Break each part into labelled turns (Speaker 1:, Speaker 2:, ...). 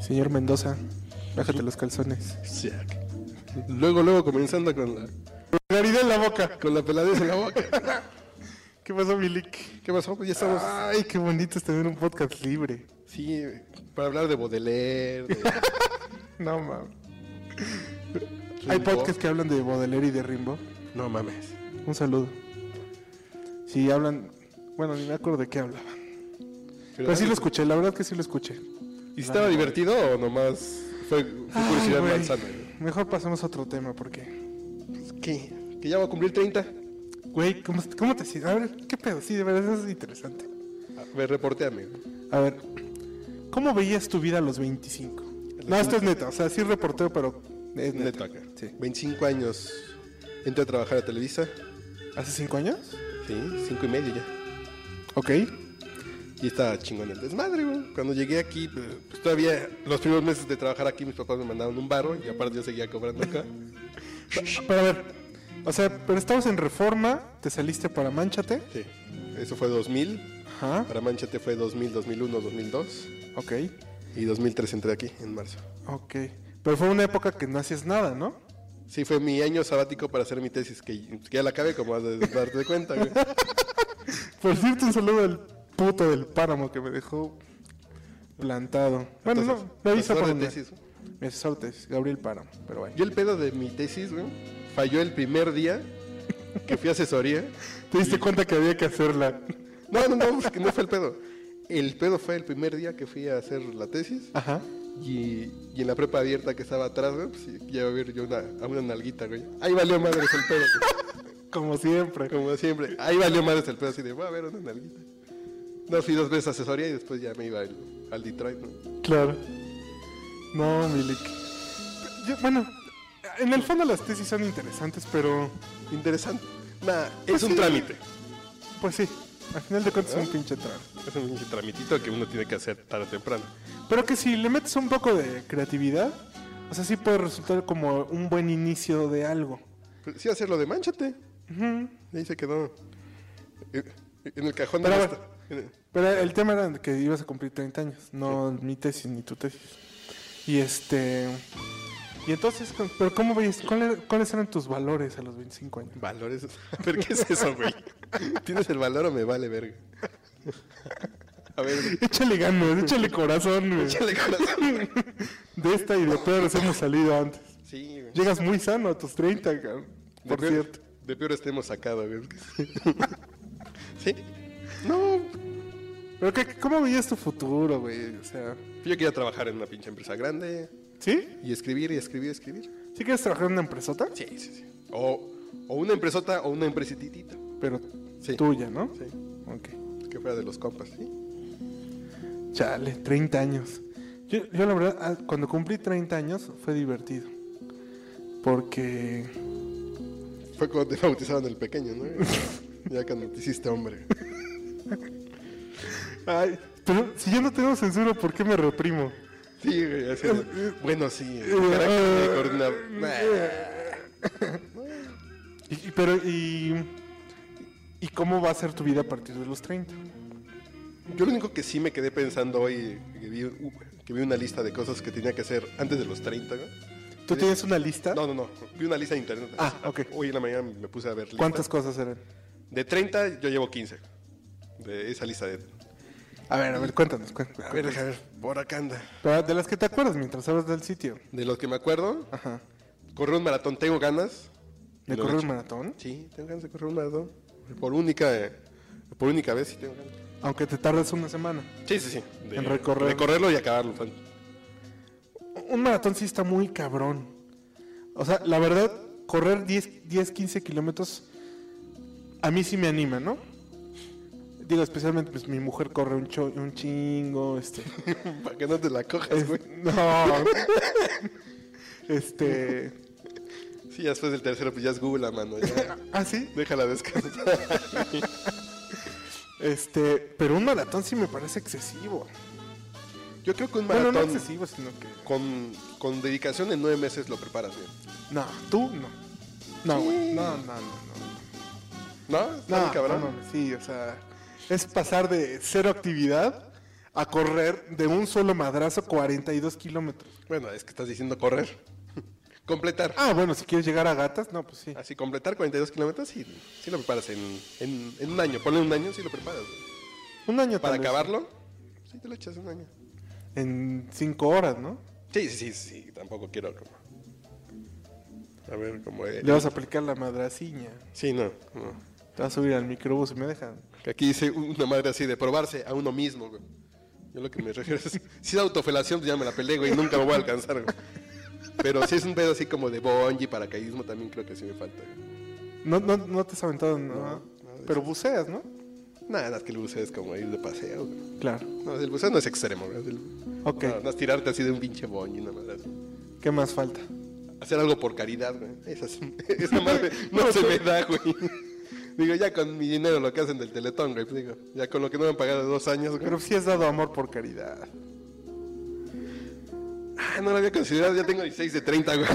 Speaker 1: Señor Mendoza, bájate los calzones.
Speaker 2: Siak. Luego, luego, comenzando con la...
Speaker 1: Claridad en la boca.
Speaker 2: Con la peladez en la boca.
Speaker 1: ¿Qué pasó, Milik?
Speaker 2: ¿Qué pasó? Pues ya estamos...
Speaker 1: Ay, qué bonito es tener un podcast libre.
Speaker 2: Sí, para hablar de Baudelaire, de
Speaker 1: No mames. Hay
Speaker 2: Rimbaud.
Speaker 1: podcasts que hablan de Baudelaire y de Rimbaud.
Speaker 2: No mames.
Speaker 1: Un saludo. Si hablan. Bueno, ni me acuerdo de qué hablaban. Pero sí lo escuché, la verdad que sí lo escuché.
Speaker 2: ¿Y estaba divertido o nomás fue, fue
Speaker 1: Ay,
Speaker 2: curiosidad
Speaker 1: güey.
Speaker 2: manzana?
Speaker 1: Mejor pasemos a otro tema, porque.
Speaker 2: ¿Qué? ¿Que ya va a cumplir 30? A
Speaker 1: Güey, ¿cómo, cómo te sientes? A ver, ¿qué pedo? Sí, de verdad eso es interesante.
Speaker 2: ver, reporteame.
Speaker 1: A ver, ¿cómo veías tu vida a los 25? No, esto es neta, o sea, sí reporteo, pero es neta.
Speaker 2: Neto acá.
Speaker 1: Sí.
Speaker 2: 25 años. Entré a trabajar a Televisa.
Speaker 1: ¿Hace 5 años?
Speaker 2: Sí, 5 y medio ya.
Speaker 1: Ok.
Speaker 2: Y estaba chingón el desmadre, güey. Cuando llegué aquí, pues, pues, todavía los primeros meses de trabajar aquí, mis papás me mandaron un barro y aparte yo seguía cobrando acá.
Speaker 1: Pero a ver, o sea, pero estabas en reforma, te saliste para Manchate.
Speaker 2: Sí. Eso fue 2000.
Speaker 1: Ajá,
Speaker 2: Para Manchete fue 2000, 2001, 2002.
Speaker 1: ok,
Speaker 2: Y 2003 entré aquí, en marzo.
Speaker 1: ok. Pero fue una época que no hacías nada, ¿no?
Speaker 2: Sí, fue mi año sabático para hacer mi tesis, que que ya la acabé, como has de darte cuenta, güey.
Speaker 1: Por cierto, un saludo al puto del páramo que me dejó plantado. Bueno,
Speaker 2: Entonces,
Speaker 1: no, me avisa
Speaker 2: asesor
Speaker 1: por
Speaker 2: de
Speaker 1: dónde.
Speaker 2: tesis.
Speaker 1: Mi asesor de tesis, Gabriel Páramo, pero bueno.
Speaker 2: Yo el pedo de mi tesis, güey, falló el primer día que fui a asesoría.
Speaker 1: ¿Te diste cuenta que había que hacerla?
Speaker 2: No, no, no, es que no fue el pedo. El pedo fue el primer día que fui a hacer la tesis
Speaker 1: Ajá.
Speaker 2: y, y en la prepa abierta que estaba atrás, güey, pues ya iba a ver yo una, a una nalguita, güey. Ahí valió madres el pedo, güey.
Speaker 1: Como siempre.
Speaker 2: como siempre. Ahí valió madres el pedo, así de, voy a ver una nalguita. No, fui dos veces a asesoría y después ya me iba al, al Detroit, ¿no?
Speaker 1: Claro. No, Milik. Yo- bueno, en el fondo las tesis son interesantes, pero
Speaker 2: Interesante. Nah, este-
Speaker 1: Pues
Speaker 2: es un
Speaker 1: sí.
Speaker 2: trámite.
Speaker 1: pues sí, al final de cuentas es un pinche trago.
Speaker 2: Es un pinche tramitito que uno tiene que hacer tarde o temprano.
Speaker 1: Pero que si le metes un poco de creatividad, o sea, sí puede resultar como un buen inicio de algo.
Speaker 2: Pero sí, hacerlo de manchate.
Speaker 1: Ujú.
Speaker 2: Y ahí se quedó. eh, En el cajón de
Speaker 1: Pero
Speaker 2: la
Speaker 1: a ver. Pero el tema era que ibas a cumplir 30 años, no mi tesis ni tu tesis. Y este. Y entonces, con- ¿pero cómo veías? ¿Cuál era- ¿Cuáles eran tus valores a los 25 años?
Speaker 2: Valores. A ver, ¿qué es eso, güey? ¿Tienes el valor o me vale verga? A ver, güey,
Speaker 1: Échale ganas, échale corazón, güey.
Speaker 2: échale corazón.
Speaker 1: De esta y de peores hemos salido antes.
Speaker 2: Sí, güey.
Speaker 1: Llegas muy sano a tus 30, cabrón,
Speaker 2: De
Speaker 1: por
Speaker 2: peor-
Speaker 1: cierto.
Speaker 2: De peor este hemos sacado, güey. ¿Sí? No.
Speaker 1: Pero qué, ¿cómo veías tu futuro, güey? O sea,
Speaker 2: Yo quería trabajar en una pinche empresa grande
Speaker 1: ¿sí?
Speaker 2: y escribir y escribir y escribir.
Speaker 1: ¿Sí quieres trabajar en una empresota?
Speaker 2: Sí, sí, sí. O, o una empresota o una empresititita.
Speaker 1: Pero
Speaker 2: Sí.
Speaker 1: tuya, ¿no?
Speaker 2: Sí.
Speaker 1: Ok.
Speaker 2: Que fuera de los compas, ¿sí?
Speaker 1: Chale, 30 años. Yo, yo la verdad, ah, cuando cumplí 30 años fue divertido. Porque...
Speaker 2: Fue cuando te bautizaron el pequeño, ¿no? ya cuando te hiciste hombre.
Speaker 1: Ay, pero si yo no tengo censura, ¿por qué me reprimo?
Speaker 2: Sí, güey, así de- Bueno, sí. el carácter de coordinador. Nah.
Speaker 1: Y, y- pero, y... ¿Y cómo va a ser tu vida a partir de los 30?
Speaker 2: Yo lo único que sí me quedé pensando hoy, que vi, uh, que vi una lista de cosas que tenía que hacer antes de los 30, ¿no?
Speaker 1: ¿Tú tienes una lista?
Speaker 2: No, no, no. Vi una lista de internet.
Speaker 1: Ah, ok.
Speaker 2: Hoy en la mañana me puse a ver listas.
Speaker 1: ¿Cuántas cosas eran?
Speaker 2: De 30 yo llevo 15. De esa lista de...
Speaker 1: A ver, a ver, cuéntanos, cuéntanos.
Speaker 2: A ver, déjame ver. Por acá anda.
Speaker 1: Pero de las que te acuerdas mientras hablas del sitio.
Speaker 2: De los que me acuerdo,
Speaker 1: Ajá.
Speaker 2: correr un maratón. Tengo ganas.
Speaker 1: ¿De
Speaker 2: Lo
Speaker 1: correr
Speaker 2: he
Speaker 1: un maratón?
Speaker 2: Sí, tengo ganas de correr un maratón. Por única, eh, por única vez sí tengo ganas.
Speaker 1: Aunque te tardes una semana.
Speaker 2: Sí, sí, sí.
Speaker 1: En recorrer-
Speaker 2: de correrlo y acabarlo. fan.
Speaker 1: Un maratón sí está muy cabrón. O sea, la verdad, correr 10, 10 15 kilómetros a mí sí me anima, ¿no? Digo, especialmente pues mi mujer corre un, cho- un chingo, este...
Speaker 2: Para que no te la cojas,
Speaker 1: es-
Speaker 2: güey.
Speaker 1: no. este...
Speaker 2: Sí, ya después del tercero, pues ya es Google la mano. Ya.
Speaker 1: Ah, sí.
Speaker 2: Déjala descansar.
Speaker 1: Este... Pero un maratón sí me parece excesivo.
Speaker 2: Yo creo que un
Speaker 1: Bueno,
Speaker 2: maratón
Speaker 1: no excesivo, sino que...
Speaker 2: con, con dedicación en nueve meses lo preparas bien.
Speaker 1: No, tú no. No, güey. No, no, no, no.
Speaker 2: ¿No? Está
Speaker 1: No,
Speaker 2: muy cabrón.
Speaker 1: no, no, sí, o sea, es pasar de cero actividad a correr de un solo madrazo 42 kilómetros.
Speaker 2: Bueno, es que estás diciendo correr. completar.
Speaker 1: Ah, bueno, si quieres llegar a gatas, no, pues sí.
Speaker 2: Así, completar 42 kilómetros, sí, sí lo preparas en, en- en un año. Ponle un año, sí lo preparas. güey.
Speaker 1: Un año
Speaker 2: Para
Speaker 1: tal vez.
Speaker 2: acabarlo, sí te lo echas un año.
Speaker 1: En cinco horas, ¿no?
Speaker 2: Sí, sí, sí, sí, tampoco quiero como... A ver, como... eh,
Speaker 1: Le vas a aplicar la madraciña.
Speaker 2: Sí, no, no.
Speaker 1: Te vas a subir al microbús y me dejan.
Speaker 2: Que Aquí dice una madre así de probarse a uno mismo, güey. Yo lo que me refiero es, si es autofelación, pues ya me la peleé, güey, nunca lo voy a alcanzar, güey. Pero si es un pedo así como de bungee, paracaidismo, también creo que sí me falta, güey.
Speaker 1: No, no, no te has aventado, ¿no?
Speaker 2: nada de
Speaker 1: Pero buceas, ¿no?
Speaker 2: Nada, nada, que el buceo es como ir de paseo, güey.
Speaker 1: Claro.
Speaker 2: No, el buceo no es extremo, güey. El-
Speaker 1: Ok.
Speaker 2: No, no es tirarte así de un pinche bungee, nada más. así.
Speaker 1: ¿Qué más falta?
Speaker 2: Hacer algo por caridad, güey. Esa, es- esa madre no se me da, güey. Digo, ya con mi dinero lo que hacen del teletón, güey. pues, Digo, ya con lo que no me han pagado dos años, güey.
Speaker 1: Pero sí has dado amor por caridad.
Speaker 2: Ah, no lo había considerado, ya tengo 16 de 30, güey.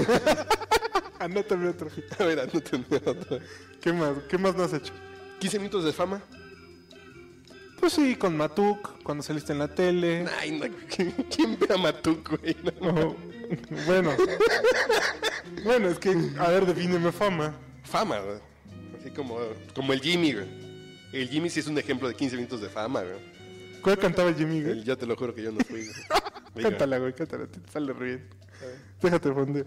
Speaker 1: Anótame Ah, otro. hit.
Speaker 2: A ver, no tenía otra.
Speaker 1: ¿Qué más? ¿Qué más no has hecho?
Speaker 2: 15 minutos de fama.
Speaker 1: Pues sí, con Matuk, cuando saliste en la tele.
Speaker 2: Ay, no, ¿quién- ¿quién ve a Matuk, güey? No.
Speaker 1: No. Bueno. bueno, es que, a ver, defíneme fama.
Speaker 2: Fama, güey. Así como, como el Jimmy, güey. El Jimmy sí es un ejemplo de 15 minutos de fama, güey.
Speaker 1: ¿Cuál cantaba Jimmy, güey?
Speaker 2: El- ya te lo juro que yo no fui, güey. Digo,
Speaker 1: Cántala, güey, cántala, te sale bien. Déjate fundir.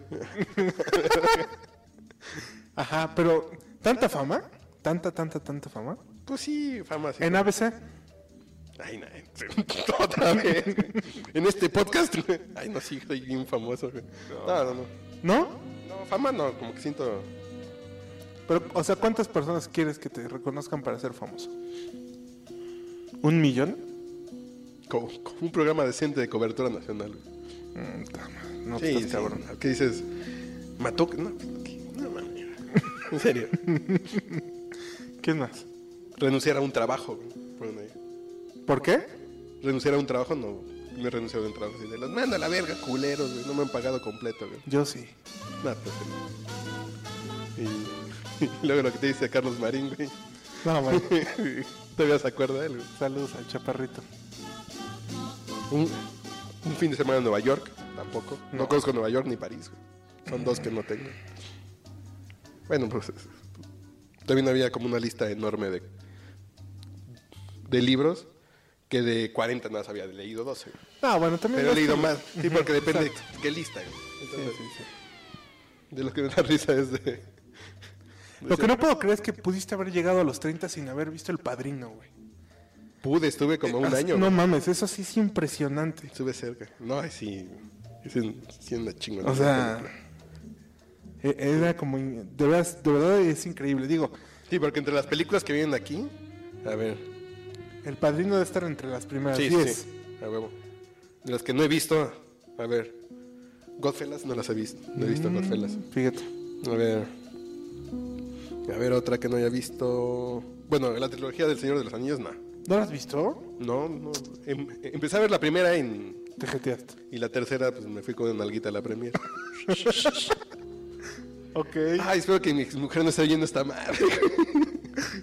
Speaker 1: Ajá, pero tanta fama, tanta, tanta, tanta fama.
Speaker 2: Pues sí, fama. Sí.
Speaker 1: En ABC,
Speaker 2: Ay, no. Otra vez. güey. En este podcast. güey. Ay, no, sí, soy bien famoso, güey. No, no, no.
Speaker 1: ¿no?
Speaker 2: No, fama no, como que siento...
Speaker 1: Pero, o sea, ¿cuántas personas quieres que te reconozcan para ser famoso? ¿Un millón?
Speaker 2: Como, como un programa decente de cobertura nacional, güey.
Speaker 1: Mm, ta madre, no,
Speaker 2: Sí,
Speaker 1: estás
Speaker 2: sí.
Speaker 1: cabrón.
Speaker 2: ¿Qué dices? ¿Mató? No, no mames. En serio.
Speaker 1: ¿Quién más?
Speaker 2: Renunciar a un trabajo. güey. Bueno, ahí.
Speaker 1: ¿Por qué?
Speaker 2: renunciar a un trabajo no. Me he renunciado a un trabajo. Así de las manda a la verga, culeros, güey. No me han pagado completo, güey.
Speaker 1: Yo sí.
Speaker 2: No, pues, y, y luego lo que te dice Carlos Marín, güey.
Speaker 1: No, man.
Speaker 2: Todavía se acuerda de él, güey.
Speaker 1: Saludos al chaparrito.
Speaker 2: Un, un fin de semana en Nueva York, tampoco. No,
Speaker 1: No.
Speaker 2: conozco Nueva York ni París, güey. Son dos que no tengo. Bueno, pues. También había como una lista enorme de, de libros que de 40 nada más había leído 12. güey.
Speaker 1: No, bueno, también.
Speaker 2: Pero he
Speaker 1: es
Speaker 2: leído
Speaker 1: que-
Speaker 2: más. Sí, porque depende de qué lista, güey.
Speaker 1: Sí,
Speaker 2: Entonces,
Speaker 1: sí, sí.
Speaker 2: De lo que me da risa es de.
Speaker 1: Lo que no puedo creer es que pudiste haber llegado a los 30 sin haber visto El Padrino, güey.
Speaker 2: Pude, estuve como un
Speaker 1: Ah,
Speaker 2: año.
Speaker 1: No
Speaker 2: güey.
Speaker 1: mames, eso sí es impresionante.
Speaker 2: Estuve cerca. No, ay, sí. Es un- sí, una chingona.
Speaker 1: O sea, e- era como. in- De verdad, de verdad es increíble. Digo,
Speaker 2: Sí, porque entre las películas que vienen aquí. A ver.
Speaker 1: el padrino debe estar entre las primeras
Speaker 2: Sí,
Speaker 1: 10.
Speaker 2: sí, a huevo. De las que no he visto, a ver. Godfellas no las he visto. No he visto
Speaker 1: Mm.
Speaker 2: Godfellas.
Speaker 1: Fíjate.
Speaker 2: A ver. A ver, otra que no haya visto. Bueno, la trilogía del Señor de los Anillos, no.
Speaker 1: ¿No lo has visto?
Speaker 2: No, no. Em- empecé a ver la primera en.
Speaker 1: Te jeteaste.
Speaker 2: Y la tercera, pues me fui con una nalguita a la premier.
Speaker 1: Ok.
Speaker 2: Ay, espero que mi mujer no esté oyendo esta madre.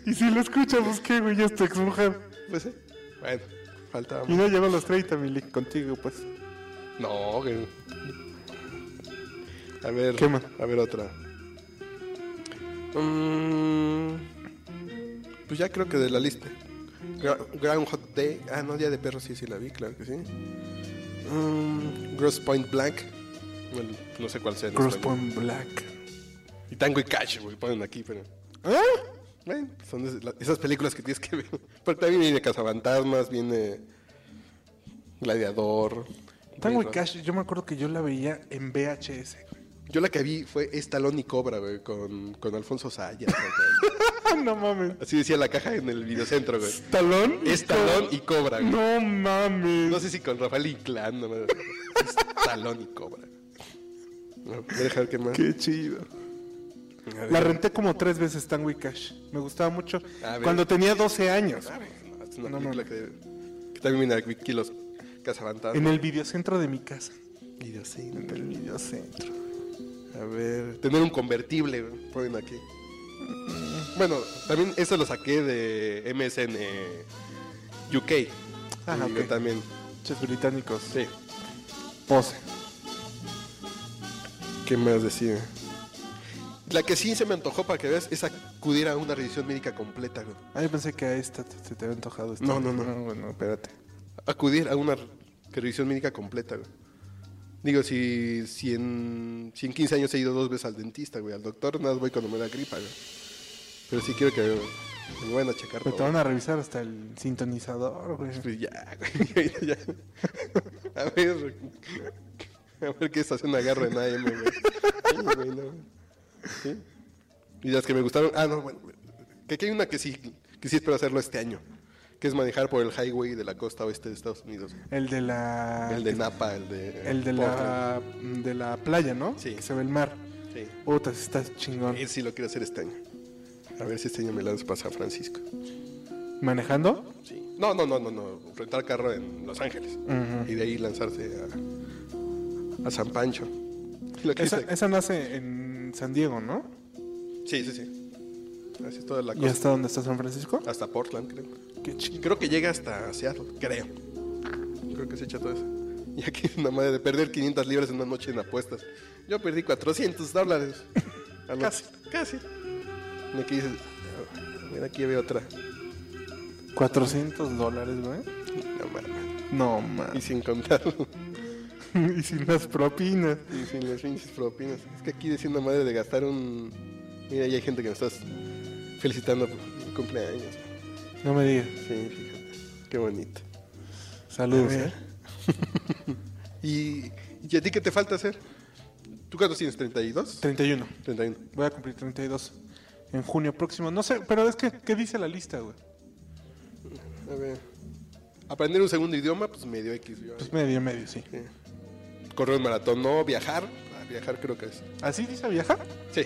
Speaker 1: Y si lo escuchamos, ¿qué, güey? Ya es tu exmujer.
Speaker 2: Pues, eh, bueno, faltaba.
Speaker 1: Y no lleva los 30, Mili, contigo, pues.
Speaker 2: No, que... A ver,
Speaker 1: ¿Qué más?
Speaker 2: a ver otra. Mm, pues ya creo que de la lista. Gra- Groundhog Day. Ah, no, Día de Perros sí, sí la vi, claro que sí. Mm, Gross Point Blank. Bueno, no sé cuál sea. en español.
Speaker 1: Crosspoint Black.
Speaker 2: Y Tango y Cash, güey, ponen aquí, pero...
Speaker 1: ¿Ah?
Speaker 2: Bueno, son de- la- esas películas que tienes que ver. Porque también viene Cazafantasmas, viene Gladiador.
Speaker 1: Tango y
Speaker 2: Raza.
Speaker 1: Cash, yo me acuerdo que yo la veía en VHS.
Speaker 2: Yo la que vi fue Estalón y Cobra, güey, con, con Alfonso Sayas. güey.
Speaker 1: Ah, no mames.
Speaker 2: Así decía la caja en el videocentro, güey.
Speaker 1: ¿Talón?
Speaker 2: Estalón y Cobra, güey.
Speaker 1: No mames.
Speaker 2: No sé si con Rafael Inclán, no me Estalón y Cobra. No, voy a dejar que más.
Speaker 1: Qué chido.
Speaker 2: A ver.
Speaker 1: La renté como tres veces Tango y Cash. Me gustaba mucho.
Speaker 2: A ver.
Speaker 1: Cuando tenía 12 años.
Speaker 2: A ver, no, es una
Speaker 1: No,
Speaker 2: película
Speaker 1: no.
Speaker 2: que, que también viene aquí los cazafantasmas.
Speaker 1: En el videocentro de mi casa. En
Speaker 2: Videocentro.
Speaker 1: el videocentro.
Speaker 2: A ver, tener un convertible, güey, ponen aquí. Bueno, también eso lo saqué de MSN eh, UK.
Speaker 1: Ah,
Speaker 2: Y digo,
Speaker 1: ok.
Speaker 2: también
Speaker 1: pinches británicos.
Speaker 2: Sí.
Speaker 1: Pose.
Speaker 2: ¿Qué más decía? La que sí se me antojó para que veas es acudir a una revisión médica completa, güey.
Speaker 1: Ah, yo pensé que a esta te, te, te había antojado. esta.
Speaker 2: No, no, no.
Speaker 1: Bueno, espérate.
Speaker 2: Acudir a una revisión médica completa, güey. Digo, si, si, en, si en 15 años he ido dos veces al dentista, güey, al doctor, nada más voy cuando me da gripa, güey. Pero sí quiero que me, me vayan a checar
Speaker 1: Pero te
Speaker 2: todo.
Speaker 1: van a revisar hasta el sintonizador, güey.
Speaker 2: Pues ya, güey, ya. A ver, a ver qué estación agarro en AM, güey. Sí, güey, no. Sí. Y las que me gustaron, ah, no, bueno, que aquí hay una que sí, que sí espero hacerlo este año, que es manejar por el highway de la costa oeste de Estados Unidos.
Speaker 1: El de la.
Speaker 2: El de Napa, el de...
Speaker 1: Ah, el de la, de la playa, ¿no?
Speaker 2: Sí.
Speaker 1: Que se ve el mar.
Speaker 2: Portland. Sí.
Speaker 1: Puta, sí está chingón.
Speaker 2: Él sí lo quiero hacer este año. A ver si este año me lanzo para San Francisco.
Speaker 1: ¿Manejando?
Speaker 2: Sí. No, no, no, no, no. Rentar carro en Los Ángeles. Y de ahí lanzarse a, a San Pancho. Lo que
Speaker 1: Esa,
Speaker 2: hice-
Speaker 1: esa nace en San Diego, ¿no?
Speaker 2: Sí, sí, sí. Así es toda la
Speaker 1: ¿Y
Speaker 2: cosa.
Speaker 1: hasta dónde está San Francisco?
Speaker 2: Hasta Portland, creo.
Speaker 1: Qué chingón.
Speaker 2: Creo que llega hasta Seattle, creo. Creo que se echa todo eso. Y aquí nada más de perder 500 libras en una noche en apuestas. Yo perdí 400 dólares. Anoche.
Speaker 1: Casi.
Speaker 2: Casi. Y aquí dices, "Ah, mira, aquí veo otra.
Speaker 1: 400 dólares, güey.
Speaker 2: No mames.
Speaker 1: No,
Speaker 2: Y
Speaker 1: man.
Speaker 2: sin contarlo.
Speaker 1: y sin las propinas.
Speaker 2: Y sin las pinches propinas. Es que aquí decía una madre de gastar un. Mira, ya hay gente que me estás felicitando por tu cumpleaños.
Speaker 1: No me digas.
Speaker 2: Sí, fíjate. Qué bonito.
Speaker 1: Saludos,
Speaker 2: A ver.
Speaker 1: ¿eh?
Speaker 2: ¿Y, ¿Y a ti qué te falta hacer? ¿Tú cuántos tienes? ¿32?
Speaker 1: 31.
Speaker 2: 31.
Speaker 1: Voy a cumplir 32 en junio próximo. No sé, pero es que, ¿qué dice la lista, güey?
Speaker 2: A ver. Aprender un segundo idioma, pues medio X. yo.
Speaker 1: Pues medio, medio, sí.
Speaker 2: Correr un maratón, no. Viajar. Ah, viajar creo que es.
Speaker 1: ¿Así dice viajar?
Speaker 2: Sí.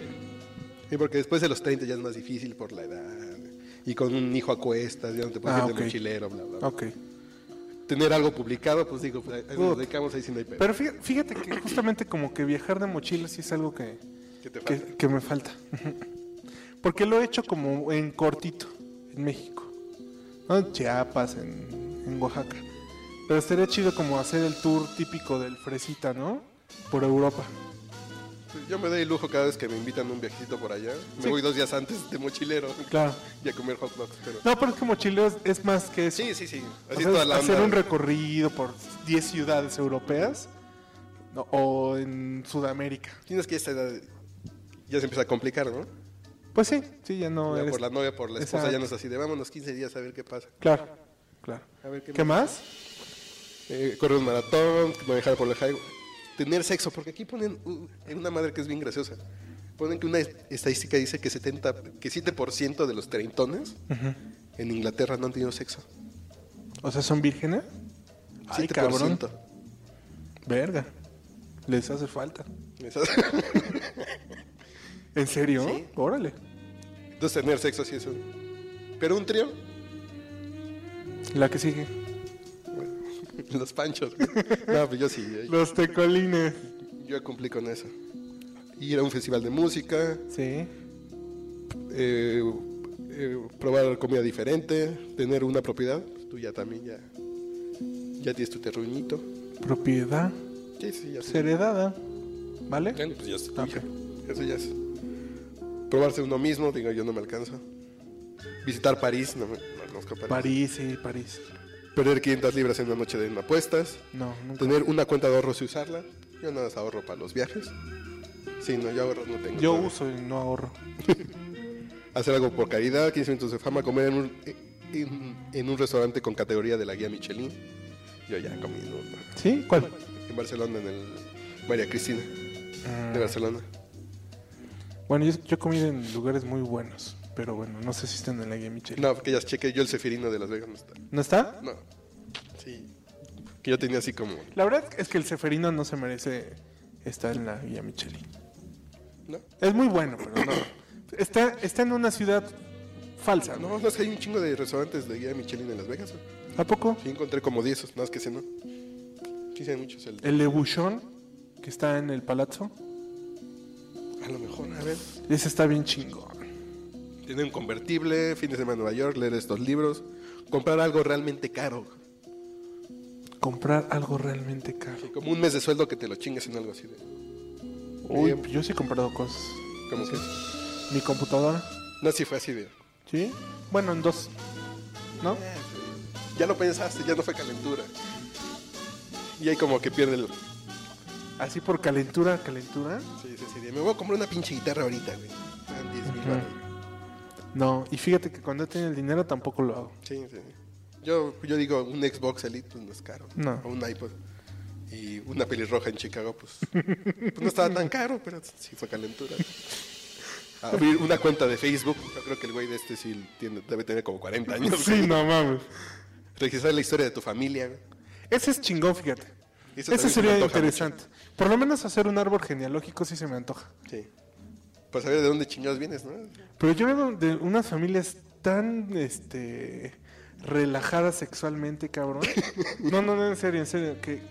Speaker 2: Sí, porque después de los 30 ya es más difícil por la edad. Y con un hijo a cuestas, ya no te puedes
Speaker 1: Ah,
Speaker 2: ir de
Speaker 1: ok.
Speaker 2: mochilero, bla, bla, bla.
Speaker 1: Ok.
Speaker 2: Tener algo publicado, pues digo, pues, ahí nos
Speaker 1: Puta.
Speaker 2: dedicamos ahí sin hay pedo.
Speaker 1: Oh. Pero fí- fíjate que justamente como que viajar de mochila sí es algo que,
Speaker 2: ¿Qué te falta?
Speaker 1: que, que me falta. Porque lo he hecho como en cortito, en México. ¿no? En Chiapas, en, en Oaxaca. Pero estaría chido como hacer el tour típico del Fresita, ¿no? Por Europa.
Speaker 2: Pues Yo me doy el lujo cada vez que me invitan a un viajecito por allá. Me
Speaker 1: Sí.
Speaker 2: voy dos días antes de mochilero
Speaker 1: Claro.
Speaker 2: y a comer hot dogs. Pero...
Speaker 1: No, pero es que mochileo es, es más que eso.
Speaker 2: Sí, sí, sí.
Speaker 1: O
Speaker 2: Así
Speaker 1: sea,
Speaker 2: es toda la
Speaker 1: hacer
Speaker 2: onda.
Speaker 1: un recorrido por 10 ciudades europeas ¿no? o en Sudamérica.
Speaker 2: Tienes que esta edad ya se empieza a complicar, ¿no?
Speaker 1: Pues sí, sí, ya no
Speaker 2: Ya
Speaker 1: eres...
Speaker 2: por la novia, por la esposa,
Speaker 1: Exacto.
Speaker 2: ya no es así de vámonos 15 días a ver qué pasa.
Speaker 1: Claro, claro.
Speaker 2: A ver qué,
Speaker 1: ¿Qué más?
Speaker 2: Eh, correr un maratón, manejar por la highway. Tener sexo, porque aquí ponen uh, en una madre que es bien graciosa. Ponen que una es- estadística dice que 70, que 7% de los treintones en Inglaterra no han tenido sexo.
Speaker 1: O sea, ¿son vírgenes? Ay,
Speaker 2: 7%.
Speaker 1: cabrón. Verga. Les hace falta. ¿En serio?
Speaker 2: Sí.
Speaker 1: Órale.
Speaker 2: Entonces tener sexo sí es un- Pero un trío,
Speaker 1: La que sigue.
Speaker 2: los panchos. güey. No, pues yo sí, yo,
Speaker 1: Los tecolines.
Speaker 2: yo cumplí con eso. Ir a un festival de música,
Speaker 1: Sí.
Speaker 2: eh, eh, probar comida diferente, tener una propiedad, tú ya también ya, ya tienes tu terruñito.
Speaker 1: Propiedad.
Speaker 2: Sí, sí, ya sé.
Speaker 1: Heredada. ¿Vale?
Speaker 2: Bueno, pues ya es
Speaker 1: Ah,
Speaker 2: tuya. Eso ya es. Probarse uno mismo, digo, yo no me alcanza. Visitar París, no me no conozco París.
Speaker 1: París, sí, París.
Speaker 2: Perder 500 libras en una noche de apuestas.
Speaker 1: No, nunca.
Speaker 2: Tener una cuenta de ahorros y usarla. Yo nada más ahorro para los viajes. Sí, no, yo ahorros no tengo.
Speaker 1: Yo
Speaker 2: todavía.
Speaker 1: uso y no ahorro.
Speaker 2: Hacer algo por caridad, 15 minutos de fama, comer en un, en, en un restaurante con categoría de la guía Michelin. Yo ya comí en, un-
Speaker 1: ¿Sí? ¿Cuál?
Speaker 2: en Barcelona, en el María Cristina de Barcelona.
Speaker 1: Bueno, yo, yo he comido en lugares muy buenos. Pero bueno, no sé si están en la guía Michelin.
Speaker 2: No, porque ya cheque yo el cefirino de Las Vegas no está.
Speaker 1: ¿No está?
Speaker 2: No. Sí. Que yo tenía así como.
Speaker 1: La verdad es que el ceferino no se merece estar en la guía Michelin.
Speaker 2: No,
Speaker 1: Es muy bueno, pero no. Está, está en una ciudad falsa, ¿no?
Speaker 2: no, no es que hay un chingo de restaurantes de guía Michelin en Las Vegas. güey.
Speaker 1: ¿A poco?
Speaker 2: Sí, encontré como 10, nada más que ese no. Sí, sí, hay muchos. El,
Speaker 1: El Lebuchon, que está en el palazzo,
Speaker 2: A lo mejor, a ver.
Speaker 1: ese está bien chingón.
Speaker 2: Tener un convertible, fin de semana en Nueva York, leer estos libros, comprar algo realmente caro.
Speaker 1: comprar algo realmente caro.
Speaker 2: Como un mes de sueldo que te lo chingues en algo así. De,
Speaker 1: Uy,
Speaker 2: Bien.
Speaker 1: pues yo sí he comprado cosas.
Speaker 2: como que.
Speaker 1: Mi computadora,
Speaker 2: No, si fue así de.
Speaker 1: ¿sí? Bueno, en dos. ¿No?
Speaker 2: Ya lo pensaste, ya no fue calentura. Y ahí como que pierde el. Sí,
Speaker 1: Así por calentura, calentura.
Speaker 2: sí, sí. de, Me voy a comprar una pinche guitarra ahorita, güey. Ah, 10 mil
Speaker 1: Ujú.
Speaker 2: baros.
Speaker 1: No, y fíjate que cuando tengo el dinero tampoco lo hago.
Speaker 2: Sí, sí. Yo, yo digo, un Xbox Elite pues, no es caro.
Speaker 1: No.
Speaker 2: O un iPod. Y una pelirroja en Chicago, pues, pues, no estaba tan caro, pero sí fue calentura. Abrir una cuenta de Facebook, yo creo que el güey de este sí tiene, debe tener como 40 años.
Speaker 1: Sí, no mames.
Speaker 2: Registrar la historia de tu familia. güey.
Speaker 1: Ese es chingón, fíjate. Ese
Speaker 2: Eso también se me
Speaker 1: sería
Speaker 2: antoja
Speaker 1: interesante. Por lo menos hacer un árbol genealógico sí se me antoja.
Speaker 2: Sí. Pues saber de dónde chingados vienes, ¿no?
Speaker 1: Pero yo vengo de unas familias tan, este, relajadas sexualmente, cabrón. No, no, no, en serio, en serio, que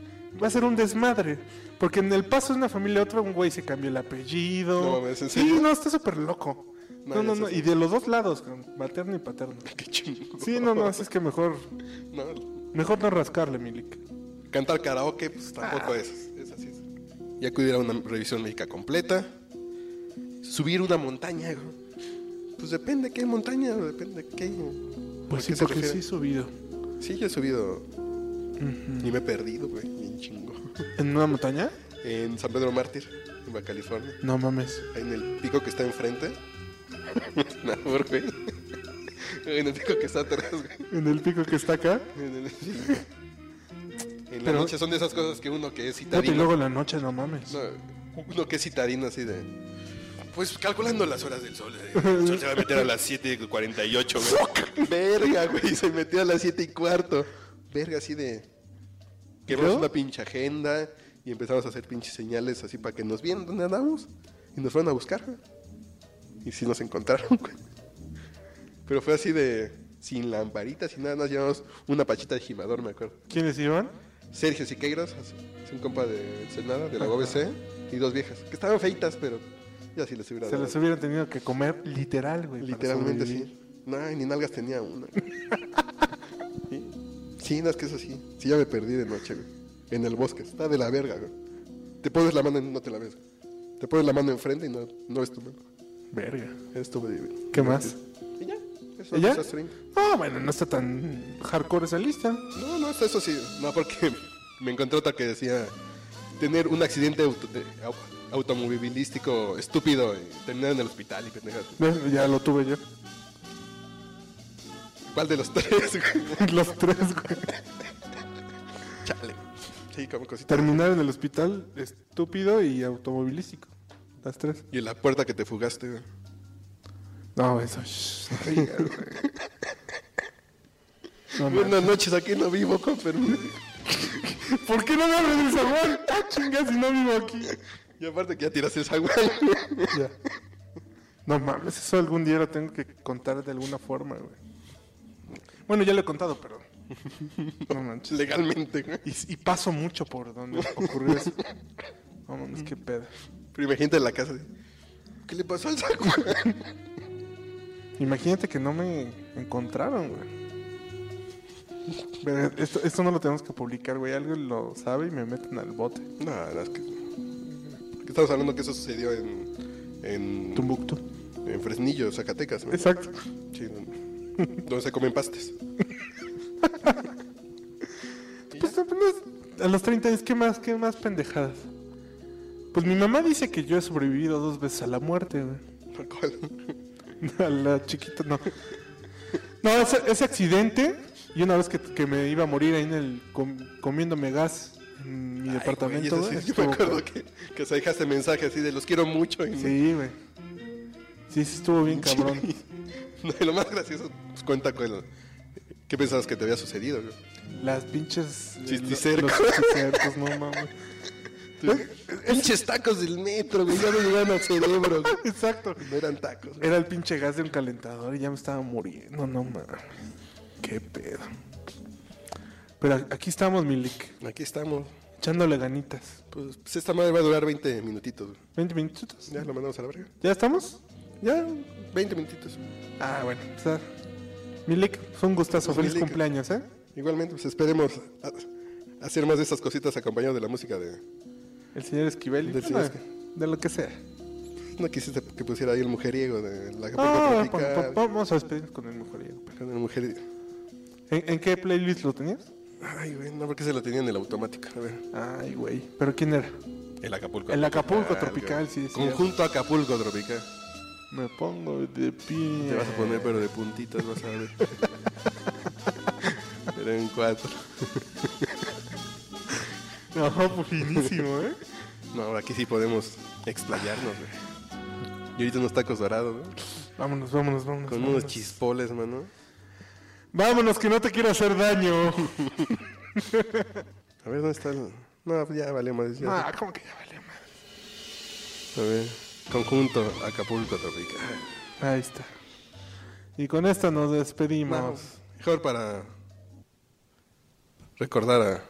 Speaker 1: va a ser un desmadre. Porque en el paso de una familia a otra, un güey se cambió el apellido.
Speaker 2: No mames, ¿en
Speaker 1: sí,
Speaker 2: serio?
Speaker 1: no, está súper loco. No,
Speaker 2: No, ya
Speaker 1: no,
Speaker 2: sé,
Speaker 1: no,
Speaker 2: sí.
Speaker 1: y de los dos lados, cabrón, materno y paterno.
Speaker 2: Qué chingón.
Speaker 1: Sí, no, no, así es que mejor,
Speaker 2: No,
Speaker 1: mejor no rascarle, Milik.
Speaker 2: Cantar karaoke, pues
Speaker 1: Ah.
Speaker 2: tampoco es. Es así. es. Y acudir a una revisión médica completa. Subir una montaña. güey. Pues depende qué montaña, depende qué.
Speaker 1: Pues
Speaker 2: ¿a
Speaker 1: sí,
Speaker 2: qué se
Speaker 1: porque sí
Speaker 2: refiere?
Speaker 1: he subido.
Speaker 2: Sí, yo he subido. Y me he perdido, güey. Bien chingo.
Speaker 1: ¿En una montaña?
Speaker 2: En San Pedro Mártir, en Baja California.
Speaker 1: No mames.
Speaker 2: En el pico que está enfrente. no, güey. En el pico que está atrás, güey.
Speaker 1: ¿En el pico que está acá?
Speaker 2: En la
Speaker 1: Pero-
Speaker 2: noche son de esas cosas que uno que es
Speaker 1: No, y
Speaker 2: citadino.
Speaker 1: luego en la noche, no mames.
Speaker 2: no, uno que es citadino así de. Pues calculando las horas del sol. eh, El sol se va a meter a las 7.48, güey. Verga, güey. Se metió a las 7 y cuarto. Verga, así de. Quebramos
Speaker 1: luego?
Speaker 2: una pinche agenda y empezamos a hacer pinches señales así para que nos vieran dónde andamos. Y nos fueron a buscar, güey. Y sí nos encontraron, güey. Pero fue así de. Sin lamparita, sin nada, nos llevamos una pachita de gimador, me acuerdo.
Speaker 1: ¿Quiénes iban?
Speaker 2: Sergio Siqueiros, así, es un compa de Senada, de la UBC, y dos viejas, que estaban feitas, pero ya sí les hubiera
Speaker 1: Se
Speaker 2: dado.
Speaker 1: las hubieran tenido que comer literal, güey. para
Speaker 2: Literalmente
Speaker 1: sobrevivir.
Speaker 2: sí. No, y ni nalgas tenía una. sí. Sí, no, es que eso sí. Sí, ya me perdí de noche, güey. En el bosque, está de la verga, güey. Te pones la mano y no te la ves. güey. Te pones la mano enfrente y no, no ves tu mano.
Speaker 1: Verga.
Speaker 2: Estuvo divertido.
Speaker 1: ¿Qué más?
Speaker 2: Y ya. Eso
Speaker 1: ¿Y ya?
Speaker 2: esas 30.
Speaker 1: Ah, bueno, no está tan hardcore esa lista.
Speaker 2: No, no, hasta eso sí. No, porque me encontré otra que decía tener un accidente auto- de- au- automovilístico estúpido y terminar en el hospital y pendejas.
Speaker 1: Ve, Ya lo tuve yo.
Speaker 2: ¿Cuál de los tres? güey?
Speaker 1: Los tres, güey.
Speaker 2: Chale. Sí, como cosita.
Speaker 1: Terminar en el hospital estúpido y automovilístico. Las tres.
Speaker 2: Y en la puerta que te fugaste. güey.
Speaker 1: No, eso. shh, no digas, güey. No, mames.
Speaker 2: Buenas noches, aquí no vivo, pero
Speaker 1: ¿Por qué no me abres el sabor? ¡Ah, chingas, si no vivo aquí!
Speaker 2: Y aparte que ya tiraste el saguán. güey.
Speaker 1: Ya. No mames, eso algún día lo tengo que contar de alguna forma, güey. Bueno, ya lo he contado, pero. No manches.
Speaker 2: Legalmente, güey.
Speaker 1: Y, y paso mucho por donde ocurrió eso. No mames, qué pedo.
Speaker 2: Pero imagínate en la casa. así, ¿Qué le pasó al saguán?
Speaker 1: Imagínate que no me encontraron, güey. Pero esto, esto no lo tenemos que publicar, güey. Alguien lo sabe y me meten al bote.
Speaker 2: No, no, es que... que Estamos hablando que eso sucedió en... En,
Speaker 1: Tumbuctu.
Speaker 2: en Fresnillo, Zacatecas. güey.
Speaker 1: Exacto.
Speaker 2: Sí, no- donde se comen pastes.
Speaker 1: Pues apenas a los 30 años, ¿qué más? ¿Qué más pendejadas? Pues mi mamá dice que yo he sobrevivido dos veces a la muerte, güey.
Speaker 2: Tal cual.
Speaker 1: A la chiquita, no. No, ese, ese accidente y una vez que, que me iba a morir ahí en el com- comiéndome gas en mi departamento,
Speaker 2: Güey,
Speaker 1: güey.
Speaker 2: eso sí, yo me
Speaker 1: estuvo-
Speaker 2: acuerdo que, que se dejaste mensaje así de los quiero mucho. Y
Speaker 1: Sí, güey. Sí, sí estuvo bien cabrón.
Speaker 2: No, y lo más gracioso, pues cuenta con lo- qué pensabas que te había sucedido. güey?
Speaker 1: Las pinches eh,
Speaker 2: Chisticerco.
Speaker 1: los chisticercos, no mames. ¿Eh?
Speaker 2: Pinches tacos del metro, güey, ya me llegaban al cerebro. güey.
Speaker 1: Exacto.
Speaker 2: No eran tacos. güey.
Speaker 1: Era el pinche gas de un calentador y ya me estaba muriendo, no mames. Qué pedo. Pero a- aquí estamos, Milik,
Speaker 2: Aquí estamos.
Speaker 1: echándole ganitas.
Speaker 2: Pues, pues, esta madre va a durar 20 minutitos. güey.
Speaker 1: 20 minutitos.
Speaker 2: Ya lo mandamos a la verga.
Speaker 1: ¿Ya estamos?
Speaker 2: Ya, 20 minutitos.
Speaker 1: Ah, bueno. pues, ah. Milik, fue un gustazo.
Speaker 2: Pues,
Speaker 1: Feliz
Speaker 2: Milik.
Speaker 1: cumpleaños, ¿eh?
Speaker 2: Igualmente, pues esperemos a- Hacer más de esas cositas acompañado de la música de...
Speaker 1: El señor Esquivel. y
Speaker 2: Del
Speaker 1: bueno,
Speaker 2: señor
Speaker 1: de lo que sea.
Speaker 2: No quisiste que pusiera ahí el mujeriego de la
Speaker 1: Ah,
Speaker 2: Acapulco Tropical,
Speaker 1: pa- pa- vamos a despedirnos con el mujeriego.
Speaker 2: con el mujeriego.
Speaker 1: ¿En, en qué playlist lo tenías?
Speaker 2: Ay, güey, no, porque se lo tenía en el automático. A ver.
Speaker 1: Ay, güey. ¿Pero quién era?
Speaker 2: El Acapulco.
Speaker 1: El Acapulco Tropical,
Speaker 2: güey.
Speaker 1: sí, sí.
Speaker 2: Conjunto Acapulco Tropical.
Speaker 1: Me pongo de pie.
Speaker 2: Te vas a poner pero de puntitas, vas a ver. pero en cuatro.
Speaker 1: No, buenísimo, ¿eh?
Speaker 2: No, ahora aquí sí podemos explayarnos, güey. Y ahorita unos tacos dorados, güey.
Speaker 1: Vámonos, vámonos, vámonos.
Speaker 2: Con
Speaker 1: vámonos.
Speaker 2: unos chispoles, mano.
Speaker 1: Vámonos, que no te quiero hacer daño.
Speaker 2: A ver, ¿dónde está el...? No, ya valió más. ya.
Speaker 1: ah, ¿cómo que ya valió madre?
Speaker 2: A ver. Conjunto Acapulco Tropical.
Speaker 1: Ahí está. Y con esta nos
Speaker 2: No,
Speaker 1: despedimos.
Speaker 2: mejor para recordar a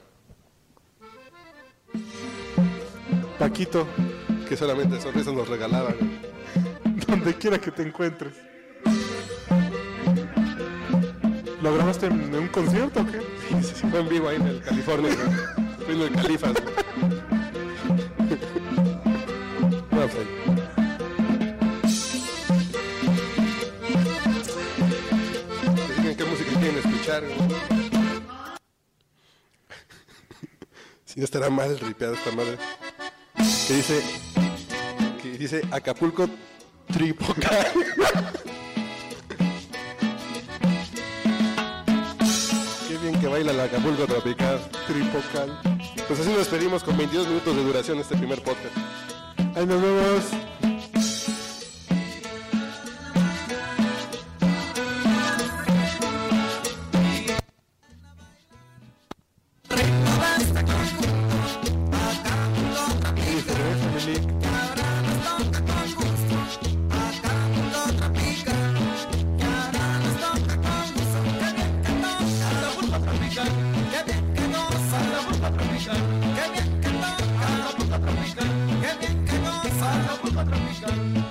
Speaker 1: Paquito,
Speaker 2: que solamente sonrisas nos regalaban. güey.
Speaker 1: donde quiera que te encuentres. ¿Lo grabaste en un concierto o qué?
Speaker 2: Fue en vivo ahí en el California. güey. Fue en el Califas. güey. No, pues, ahí. Que digan qué música quieren escuchar. güey. Si no estará mal ripeada esta madre. Que dice. Que dice Acapulco Tripocal. Qué bien que baila el Acapulco Tropical Tripocal. Pues así nos despedimos con 22 minutos de duración este primer podcast.
Speaker 1: Ahí nos vemos.
Speaker 3: Qué bien que no, a la puta tropical. Qué bien que no, a la puta tropical.